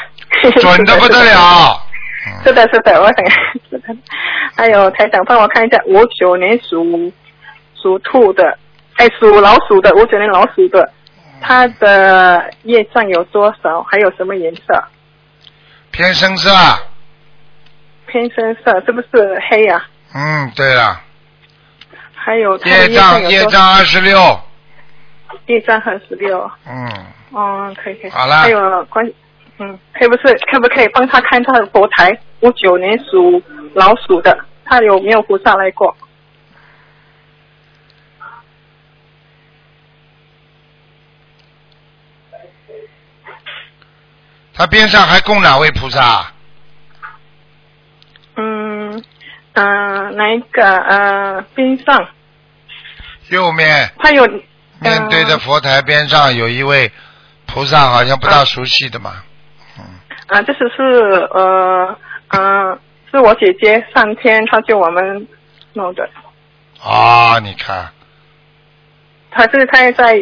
S1: 准的不得了。
S7: 是的，是的，我想是的。还有台长，帮我看一下五九年属属兔的，哎，属老鼠的，五九年老鼠的，
S1: 嗯
S7: 它的业障有多少？还有什么颜色？
S1: 偏深色。
S7: 偏深色是不是黑啊？
S1: 嗯，对了，
S7: 还有它的
S1: 业障
S7: 业
S1: 业
S7: 有多少？
S1: 障二十六。
S7: 业障和十六。
S1: 嗯，
S7: 嗯，可以可以。
S1: 好啦
S7: 还有关，嗯，可以不是可不可以帮他看他的佛台？五九年属老鼠的，他有没有菩萨来过？
S1: 他边上还供哪位菩萨？
S7: 嗯，呃，哪一个呃边上？呃
S1: 右面
S7: 他有
S1: 面对的佛台边上有一位菩萨，好像不
S7: 嗯
S1: 大熟悉的嘛。嗯
S7: 啊、呃，这是是呃呃，是我姐姐上天她就我们弄的，
S1: 啊、你看，
S7: 她是她在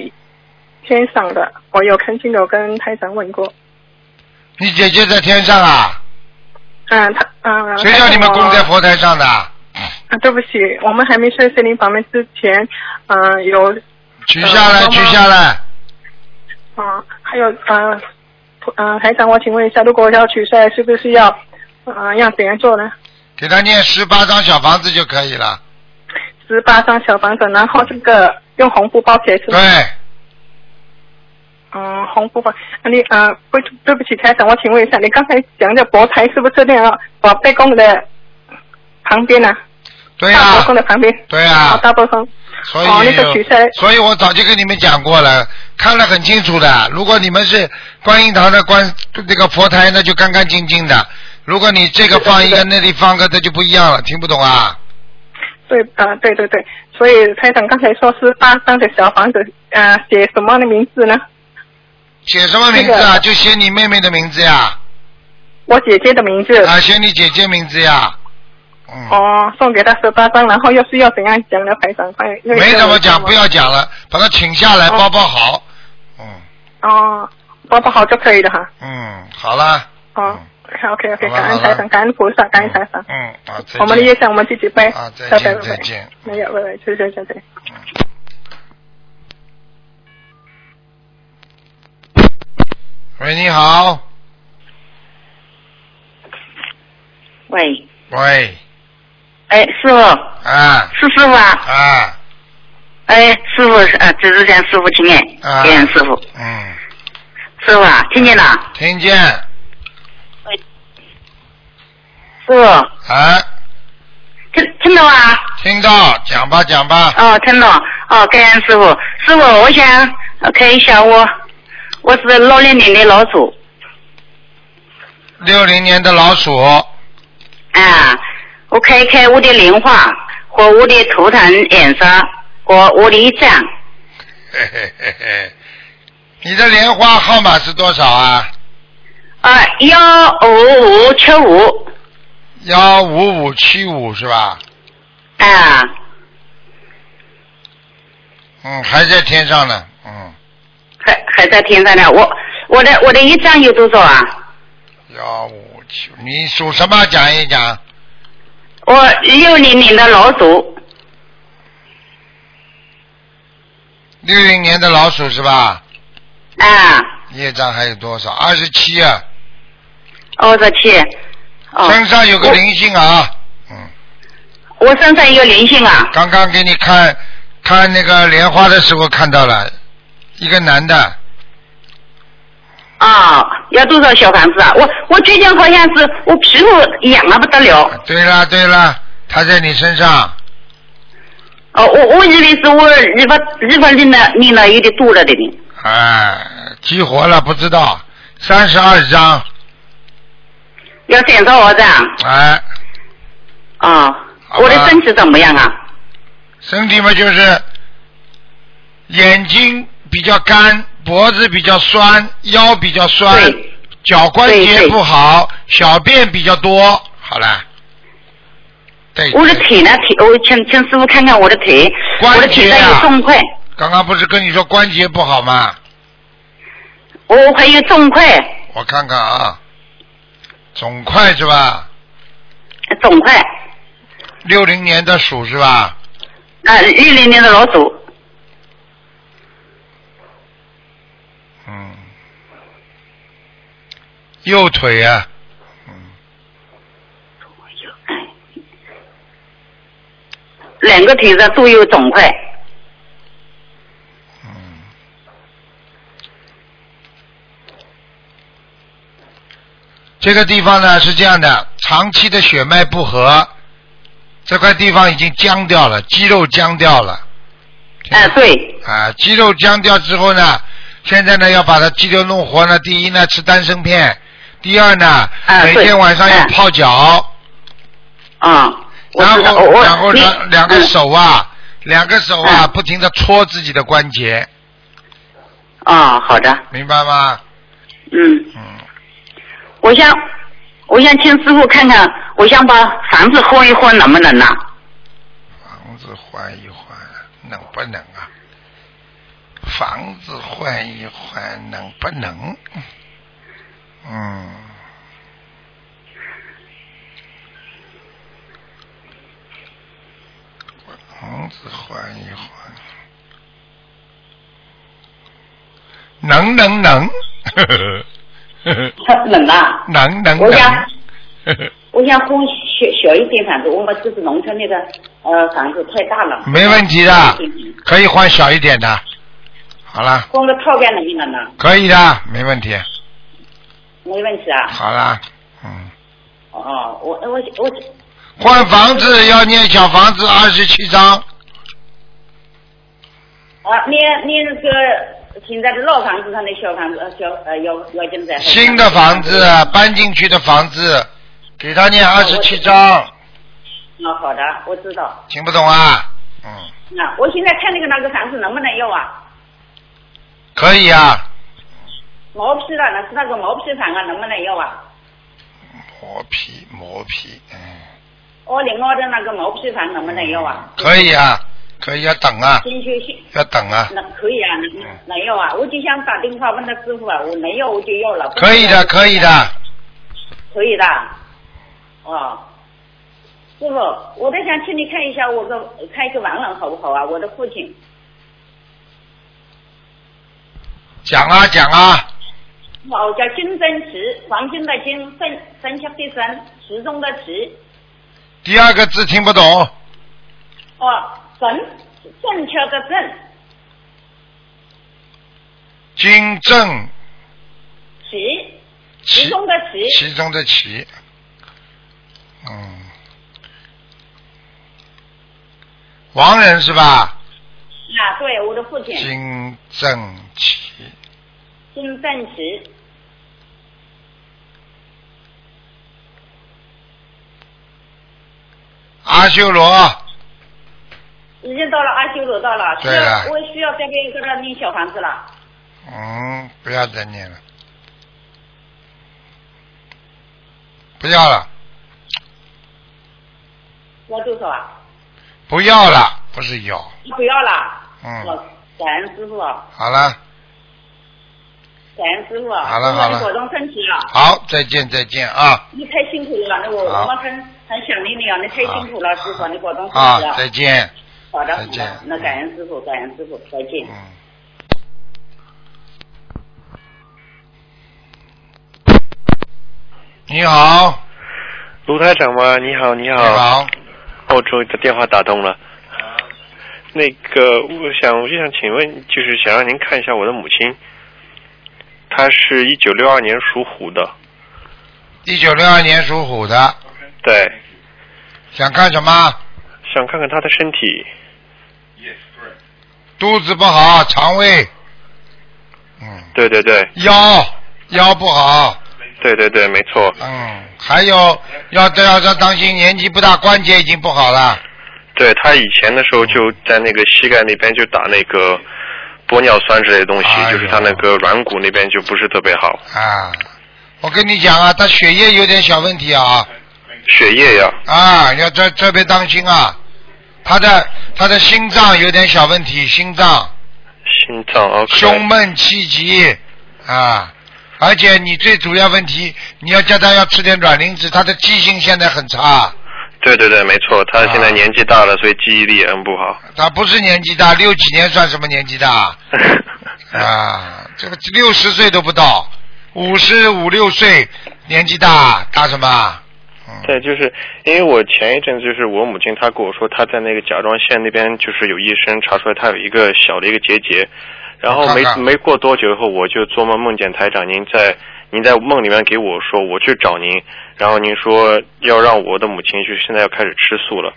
S7: 天上的，我有看清楚跟台长问过，
S1: 你姐姐在天上啊？
S7: 嗯、她嗯、呃，
S1: 谁叫你们供在
S7: 她跟我
S1: 佛台上的？
S7: 啊？对不起，我们还没睡森林法门之前，嗯、呃，有
S1: 取下来，
S7: 呃
S1: 取下来。
S7: 啊、呃还有呃呃，台长，我请问一下，如果要取下来，是不是要呃要怎样做呢？
S1: 给他念十八张小房子就可以了。
S7: 十八张小房子，然后这个用红布包起来是吗？
S1: 对，
S7: 嗯，红布包。啊你呃，不，对不起，台长，我请问一下，你刚才讲的佛台是不是那个宝贝宫的旁边呢、
S1: 对哎呀、啊
S7: 大伯宫的旁边。
S1: 对呀、
S7: 哦，大伯宫。
S1: 所以、
S7: 哦那个取下来
S1: 所以我早就跟你们讲过了，看得很清楚的。如果你们是观音堂的观那个佛台，那就干干净净的。如果你这个放一个，那里放个，那就不一样了。听不懂啊？
S7: 对，啊，对对对，所以台长刚才说是八张的小房子，呃，写什么的名字呢？
S1: 写什么名字啊？
S7: 这个
S1: 就写你妹妹的名字呀，
S7: 我姐姐的名字。
S1: 啊，写你姐姐名字呀。嗯，
S7: 哦，送给她十八张，然后又是要怎样讲呢？台长，快因为
S1: 没怎么讲，
S7: 这个
S1: 不要讲了，把它请下来，
S7: 哦
S1: 包包好。嗯，
S7: 哦，报报好就可以了哈。哦
S1: 嗯，好啦，
S7: 好，OK
S1: 嗯好
S7: OK，
S1: 了
S7: 感恩
S1: 好了
S7: 台长，感恩菩萨，感恩台长。
S1: 嗯，啊，再见。
S7: 我们的业障我们自己背。
S1: 啊，再
S7: 拜拜
S1: 见，
S7: 拜
S1: 再
S7: 拜。
S1: 见。
S7: 没有，拜拜，谢谢谢谢。
S1: 喂，你好，
S5: 喂，
S1: 喂，
S5: 哎，师傅，
S1: 啊
S5: 是师傅啊，
S1: 啊，
S5: 哎，师傅，呃，只是向师傅请安，
S1: 啊
S5: 感恩师傅，
S1: 嗯，
S5: 师傅啊，听见了，
S1: 听见
S5: 师傅，
S1: 啊，
S5: 听听到啊？
S1: 听到，讲吧讲吧，
S5: 哦，听到，哦，感恩师傅，师傅，我想呃看一下我，我是六零年的老鼠，
S1: 六零年的老鼠， [LAUGHS]
S5: 啊，我看一看我的莲花和我的图腾颜色和我的一张
S1: 嘿嘿嘿嘿，你的莲花号码是多少啊？
S5: 啊，幺五五七五，
S1: 幺五五七五是吧？
S5: 啊，
S1: 嗯，还在天上呢，嗯，
S5: 还还在天上呢，我我的我的一张有多少啊？
S1: 幺五七，你属什么？讲一讲。
S5: 我六零年的老鼠，
S1: 六零年的老鼠是吧？
S5: 啊，
S1: 业障还有多少？二十七啊，
S5: 我的天，哦，
S1: 身上有个灵性啊，嗯，
S5: 我身上有灵性啊，
S1: 刚刚给你看看那个莲花的时候看到了，一个男的，
S5: 啊、要多少小房子啊？我我最近好像是我皮肤痒啊不得了，
S1: 对啦对啦，他在你身上，
S5: 哦，我我以为是我日发日发领了领了有点多了的呢，
S1: 哎，激活了不知道，三十二张，
S5: 要三十二张，
S1: 哎，
S5: 啊、
S1: 好吧
S5: 我的身体怎么样啊？
S1: 身体嘛就是眼睛比较干，脖子比较酸，腰比较酸，
S5: 对，
S1: 脚关节
S5: 对对
S1: 不好，小便比较多，好了。对，
S5: 我的腿呢腿，我请请师傅看看我的腿，
S1: 关
S5: 我的腿
S1: 节
S5: 上
S1: 啊
S5: 有肿块，
S1: 刚刚不是跟你说关节不好吗？
S5: 我还有肿块，
S1: 我看看啊，肿块是吧？
S5: 肿块，
S1: 六零年的鼠是吧？
S5: 啊，六零年的老鼠。
S1: 嗯，右腿啊，
S5: 两个腿上都有肿块，
S1: 嗯，这个地方呢是这样的，长期的血脉不和，这块地方已经僵掉了，肌肉僵掉了。
S5: 哎、对，
S1: 啊，肌肉僵掉之后呢，现在呢要把它肌肉弄活呢，第一呢吃丹参片，第二呢、
S5: 啊
S1: 每
S5: 对
S1: 天晚上要
S5: 哎
S1: 泡脚，
S5: 啊、我
S1: 然
S5: 知道，
S1: 后
S5: 我
S1: 然后
S5: 你
S1: 两两个手啊，两个手啊、
S5: 嗯
S1: 不停的搓自己的关节，
S5: 啊、好的，
S1: 明白吗？
S5: 嗯，
S1: 嗯，
S5: 我想，我想请师傅看看，我想把房子换一换，能不能呢、
S1: 房子换一换，能不能啊？房子换一换，能不能？嗯，房子换一换，能能能， [LAUGHS] 呵呵呵
S5: 冷啊！
S1: 能能
S5: 我
S1: 能
S5: 想，
S1: 呵呵
S5: 我想换小小一点房子，我们就是农村那个呃房子太大了，
S1: 没问题的，可以换小一点的。好了，
S5: 换个套间能不能呢？
S1: 可以的，没问题。
S5: 没问题啊。
S1: 好啦，嗯，
S5: 哦，我我我
S1: 换房子要念小房子二十七章，
S5: 啊，你你那个现在的老房子上的小房子呃小呃要要进在
S1: 新的房子啊搬进去的房子，给他念二十七章，
S8: 哦
S5: 那好的，我知道。
S1: 听不懂啊？嗯，
S5: 那我现在看那个那个房子能不能要啊？
S1: 可以啊，
S5: 毛坯的，那是那个毛坯房啊，能不能要啊？
S1: 磨皮磨皮，嗯，
S5: 二零二的那个毛坯房能不能要啊？
S1: 可以啊，可以要等啊，
S8: 真修行。
S1: 要等啊，
S8: 那可以啊，能能要啊，我就想打电话问他师傅啊，我能要我就要了。
S1: 可以的，可以的，
S8: 可以的，哦，师傅，我在想请你看一下我个看一个亡人好不好啊？我的父亲，
S1: 讲啊讲啊，
S8: 哦，叫金真池，黄金的金，生生肖的生，池中的池，
S1: 第二个字听不懂，
S8: 哦，正正确的正，
S1: 金正
S8: 池，池中的池，
S1: 其中的其，嗯，王人是吧？
S8: 啊，对，我的父亲
S1: 金正其，
S8: 金正池，
S1: 阿修罗，
S8: 已经到了阿修罗道了，需
S1: 对了
S8: 要我需要再给给他念小房子了。
S1: 嗯，不要再念了，不要了，
S8: 要多少啊？
S1: 不要了，不是要，
S8: 不要了。我
S1: 嗯，
S8: 感恩师傅，感
S1: 好了，
S8: 恩师傅。
S1: 好了好了
S8: 师傅你保重身体了。
S1: 好，再见再见啊
S8: 你太辛苦了，那我
S1: 好
S8: 我们很很想念你啊，你太辛苦了，师傅，你保重身体
S1: 啊，再见。
S8: 好的，好
S1: 再
S8: 的
S1: 见，
S8: 那感恩师傅，感恩师傅，再见。
S1: 你好，
S9: 卢台长吗？你好，你好。
S1: 你好。
S9: 哦，终于电话打通了。那个，我想，我就想请问，就是想让您看一下我的母亲，她是一九六二年属虎的，
S1: 一九六二年属虎的，
S9: 对，
S1: 想看什么？
S9: 想看看她的身体。
S1: 肚子不好，肠胃、嗯
S9: 对对对，
S1: 腰腰不好，
S9: 对对对，没错。
S1: 嗯，还有要要要当心，年纪不大，关节已经不好了。
S9: 对她以前的时候就在那个膝盖那边就打那个玻尿酸之类的东西，
S1: 哎
S9: 就是她那个软骨那边就不是特别好，
S1: 啊，我跟你讲啊，他血液有点小问题啊
S9: 血液呀。
S1: 啊，要特特别当心啊。他的他的心脏有点小问题，心脏
S9: 心脏啊，
S1: 胸闷气急啊，而且你最主要问题，你要叫他要吃点软磷脂，他的记性现在很差，
S9: 对对对，没错，她现
S1: 啊
S9: 在年纪大了，所以记忆力也很不好。
S1: 他不是年纪大，六几年算什么年纪大？啊，这个六十岁都不到，五十五六岁年纪大，大什么？嗯
S9: [LAUGHS] 对，就是因为我前一阵就是我母亲她跟我说她在那个甲状腺那边就是有医生查出来她有一个小的一个结节，然后没
S1: 看看
S9: 没过多久以后我就做梦梦见台长您在您在梦里面给我说我去找您，然后您说要让我的母亲去现在要开始吃素了。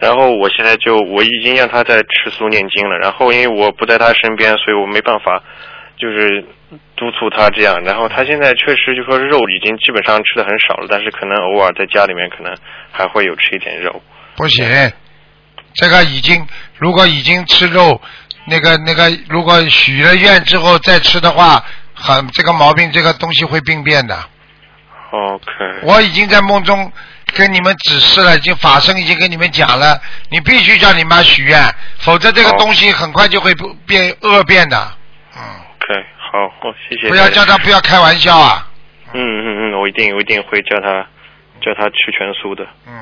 S9: 然后我现在就我已经让她在吃素念经了，然后因为我不在她身边，所以我没办法就是督促他这样，然后他现在确实就说是肉已经基本上吃的很少了，但是可能偶尔在家里面可能还会有吃一点肉。
S1: 不行，这个已经如果已经吃肉，那个那个如果许了愿之后再吃的话，很这个毛病这个东西会病变的。
S9: OK，
S1: 我已经在梦中跟你们指示了，已经法身已经跟你们讲了，你必须叫你妈许愿，否则这个东西很快就会不变恶变的。嗯
S9: ，OK，好，哦、谢谢。
S1: 不要叫他不要开玩笑啊！
S9: 嗯嗯嗯，我一定我一定会叫他叫他吃全素的。
S1: 嗯。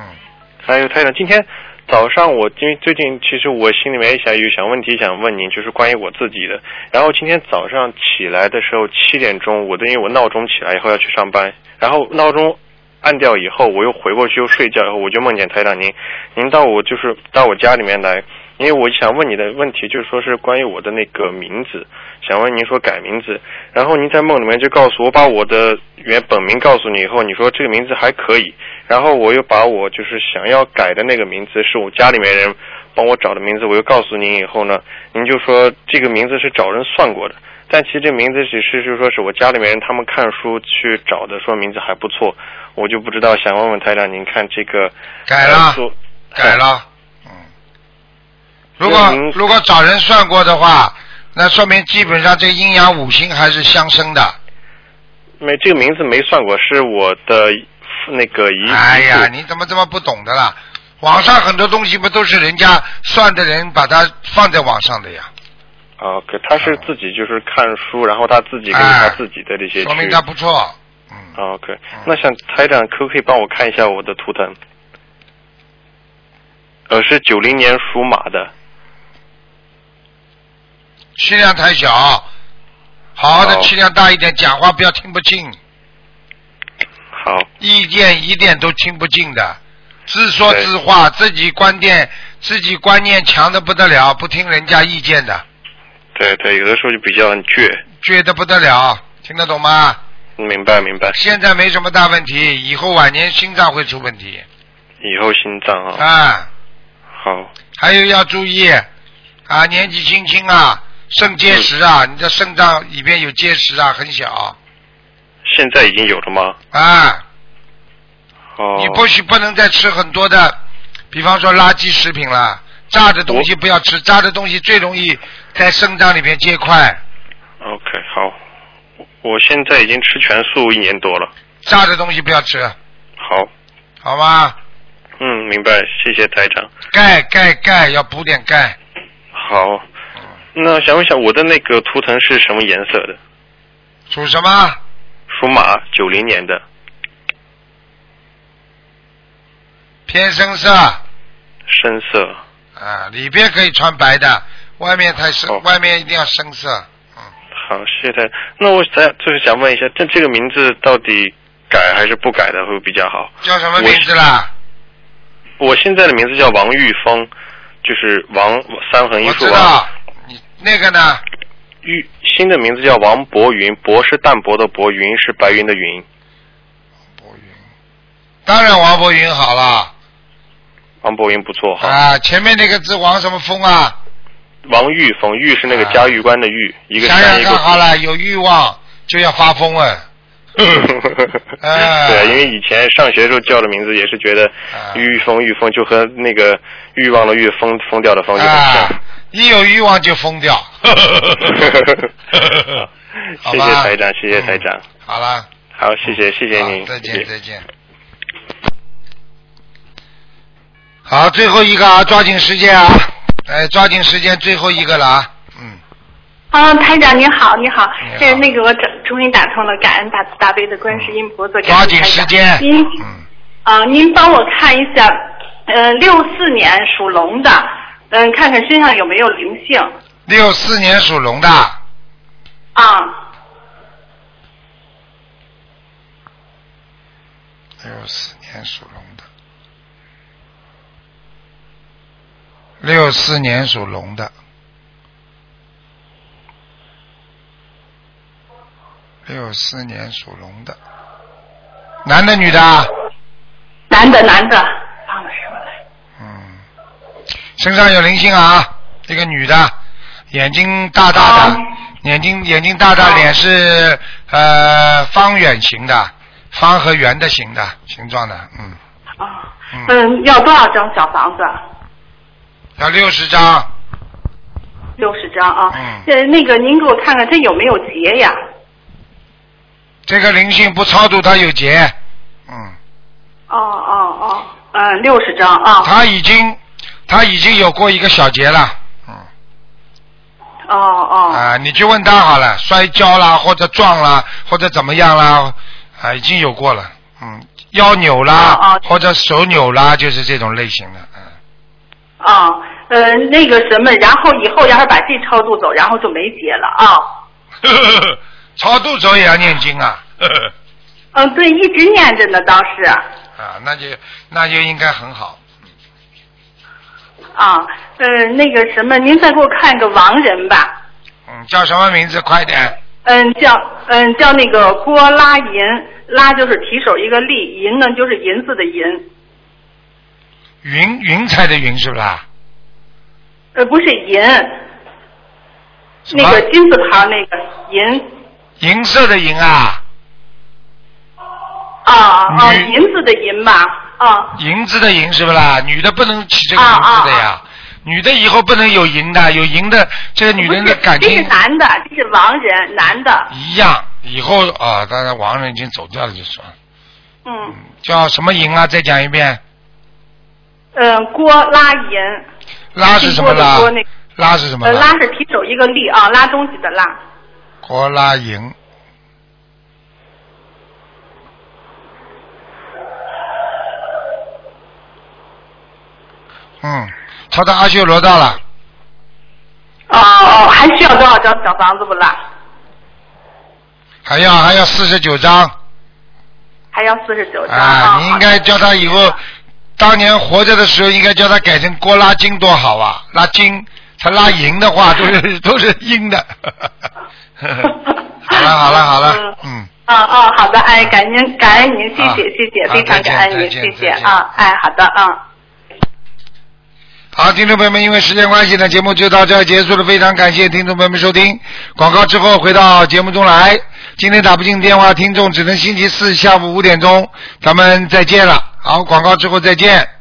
S9: 还有台长，今天早上我因为最近其实我心里面想有想问题想问您，就是关于我自己的。然后今天早上起来的时候七点钟，我的因为我闹钟起来以后要去上班，然后闹钟按掉以后，我又回过去又睡觉以后，我就梦见台长您，您嗯到我就是到我家里面来。因为我想问你的问题，就是说是关于我的那个名字，想问您说改名字，然后您在梦里面就告诉我，把我的原本名告诉你以后，你说这个名字还可以，然后我又把我就是想要改的那个名字，是我家里面人帮我找的名字，我又告诉您以后呢，您就说这个名字是找人算过的，但其实这名字只是就是说是我家里面人他们看书去找的，说名字还不错，我就不知道想问问台长，您看这个
S1: 改了
S9: 呃做
S1: 改了，嗯。如果如果找人算过的话，那说明基本上这个阴阳五行还是相生的。
S9: 没这个名字没算过，是我的那个遗
S1: 哎呀，
S9: 遗嘱
S1: 你怎么这么不懂的啦？网上很多东西不都是人家算的人把它放在网上的呀？
S9: 啊，可他是自己就是看书，然后他自己根据他自己的这些
S1: 啊
S9: 去。
S1: 说明他不错。嗯
S9: 啊 OK，那想台长可不可以帮我看一下我的图腾？呃，是九零年属马的，
S1: 气量太小，好好的气量大一点，讲话不要听不进，
S9: 好，
S1: 意见一点都听不进的，自说自话，自己观点自己观念强的不得了，不听人家意见的，
S9: 对对，有的时候就比较倔，
S1: 倔的不得了，听得懂吗？
S9: 明白明白，
S1: 现在没什么大问题，以后晚年心脏会出问题
S9: 以后心脏啊，
S1: 啊。
S9: 好，
S1: 还有要注意啊，年纪轻轻啊，肾结石啊，你的肾脏里边有结石啊，很小
S9: 现在已经有了吗？
S1: 啊，
S9: 哦，
S1: 你不许不能再吃很多的，比方说垃圾食品了，炸的东西不要吃，炸的东西最容易在肾脏里边结块，
S9: OK，好，我我现在已经吃全素一年多了。
S1: 炸的东西不要吃，
S9: 好，
S1: 好吗？
S9: 嗯，明白，谢谢台长。
S1: 钙钙钙要补点钙，
S9: 好，
S1: 嗯
S9: 那想问一下我的那个图腾是什么颜色的？
S1: 属什么？
S9: 属马，九零年的，
S1: 偏深色
S9: 深色。
S1: 啊，里边可以穿白的，外面太深，
S9: 哦
S1: 外面一定要深色。
S9: 好，谢谢台长。那我想就是想问一下，这这个名字到底改还是不改的会比较好？
S1: 叫什么名字啦？
S9: 我现在的名字叫王玉峰，就是王三横一竖王。
S1: 那个呢？
S9: 玉新的名字叫王博云，博是淡泊的博，云是白云的云。
S1: 当然王博云好了
S9: 王博云不错哈。
S1: 啊，前面那个字王什么峰啊？
S9: 王玉峰，玉是那个嘉峪关的玉，一个
S1: 想
S9: 山
S1: 想
S9: 一个
S1: 看好
S9: 湖。
S1: 了，有欲望就要发疯了。
S9: [LAUGHS]
S1: 啊
S9: 对，啊因为以前上学的时候叫的名字也是觉得玉峰玉峰就和那个欲望的欲疯疯掉的疯就很像。 [LAUGHS]
S1: [LAUGHS] 一有欲望就疯掉。好
S9: 谢谢
S1: 吧
S9: 台长，谢谢台长。
S1: 好了，
S9: 好，谢谢谢谢
S1: 好
S9: 您，
S1: 再
S9: 谢
S1: 见
S9: 谢
S1: 再见。好，最后一个啊，抓紧时间啊，哎，抓紧时间，最后一个了啊。
S10: 啊，台长你好，你好，
S1: 你好
S10: 这那个我终终于打通了，感恩大慈大悲的观世音菩萨，感
S1: 抓
S10: 恩
S1: 紧
S10: 台
S1: 时
S10: 长
S1: 间
S10: 您，
S1: 嗯
S10: 啊，您帮我看一下，呃，六四年属龙的，嗯、看看身上有没有灵性
S1: 六四年属龙的，
S10: 啊？
S1: 六四年属龙的，六四年属龙的，六四年属龙的，男的女的啊？
S10: 男的，男的，
S1: 嗯身上有灵性啊，一个女的，眼睛大大
S10: 哦
S1: 的，眼睛眼睛大大，脸是呃方圆形的，方和圆的形的形状的，嗯，
S10: 嗯，要多少张小房子？啊
S1: 要六十张。嗯
S10: 六十张啊。呃，那个您给我看看他有没有结呀？
S1: 这个灵性不超度他有嗯劫，
S10: 哦哦哦，嗯，六十张啊。
S1: 他已经他已经有过一个小劫了嗯
S10: 哦哦。
S1: 啊、你去问他好了，摔跤啦，或者撞啦，或者怎么样啦，啊，已经有过了，嗯，腰扭啦，
S10: 哦
S1: 或者手扭啦，就是这种类型的，嗯
S10: 啊，呃，那个什么，然后以后要是把这超度走，然后就没结了啊。
S1: [LAUGHS] 超度走也要念经啊，
S10: 嗯，对，一直念着呢，当时
S1: 啊，那就那就应该很好，
S10: 啊，呃，那个什么，您再给我看个亡人吧，
S1: 嗯，叫什么名字？快点，
S10: 嗯，叫嗯叫那个郭拉银，拉就是提手一个立，银呢就是银子的银，
S1: 云云彩的云是不是啊？
S10: 呃，不是银，那
S1: 么
S10: 个金字旁那个银
S1: 银色的银啊，
S10: 啊
S5: 哦
S10: 啊，
S1: 女
S10: 银子的银吧，啊
S1: 银子的银是不是啦？女的不能起这个银字的呀，女的以后不能有银的，有银的这个女人的感
S10: 这是
S1: 情
S10: 男的，这是亡人，男的，
S1: 一样。以后啊，当然亡人已经走掉了，就算
S10: 嗯，
S1: 叫什么银啊？再讲一遍，
S5: 嗯，郭拉银，
S1: 拉是什么拉
S5: 姓郭的郭那个
S1: 拉是什么
S5: 呃，
S1: 拉？
S5: 拉是提手一个力啊，拉东西的拉。
S1: 郭拉莹，嗯，抄到阿修罗道了，
S5: 哦哦，还需要多少张小房子不啦？
S1: 还要还要四十九章
S5: 还要四十九张哦
S1: 啊！你应该叫他以后，当年活着的时候应该叫他改成郭拉金多好啊，拉金，他拉银的
S5: [LAUGHS]
S1: 话都是都是阴的。好了好了好了，嗯，
S5: 哦哦，好的，哎，感恩感恩您，谢谢、
S1: 啊
S5: 谢谢，
S1: 啊
S5: 非常
S1: 再见
S5: 感恩
S1: 再
S5: 您，
S1: 见
S5: 谢谢
S1: 再见
S5: 啊，哎，好的，嗯。
S1: 好，听众朋友们，因为时间关系呢，节目就到这儿结束了。非常感谢听众朋友们收听广告之后回到节目中来。今天打不进电话，听众只能星期四下午五点钟，咱们再见了。好，广告之后再见。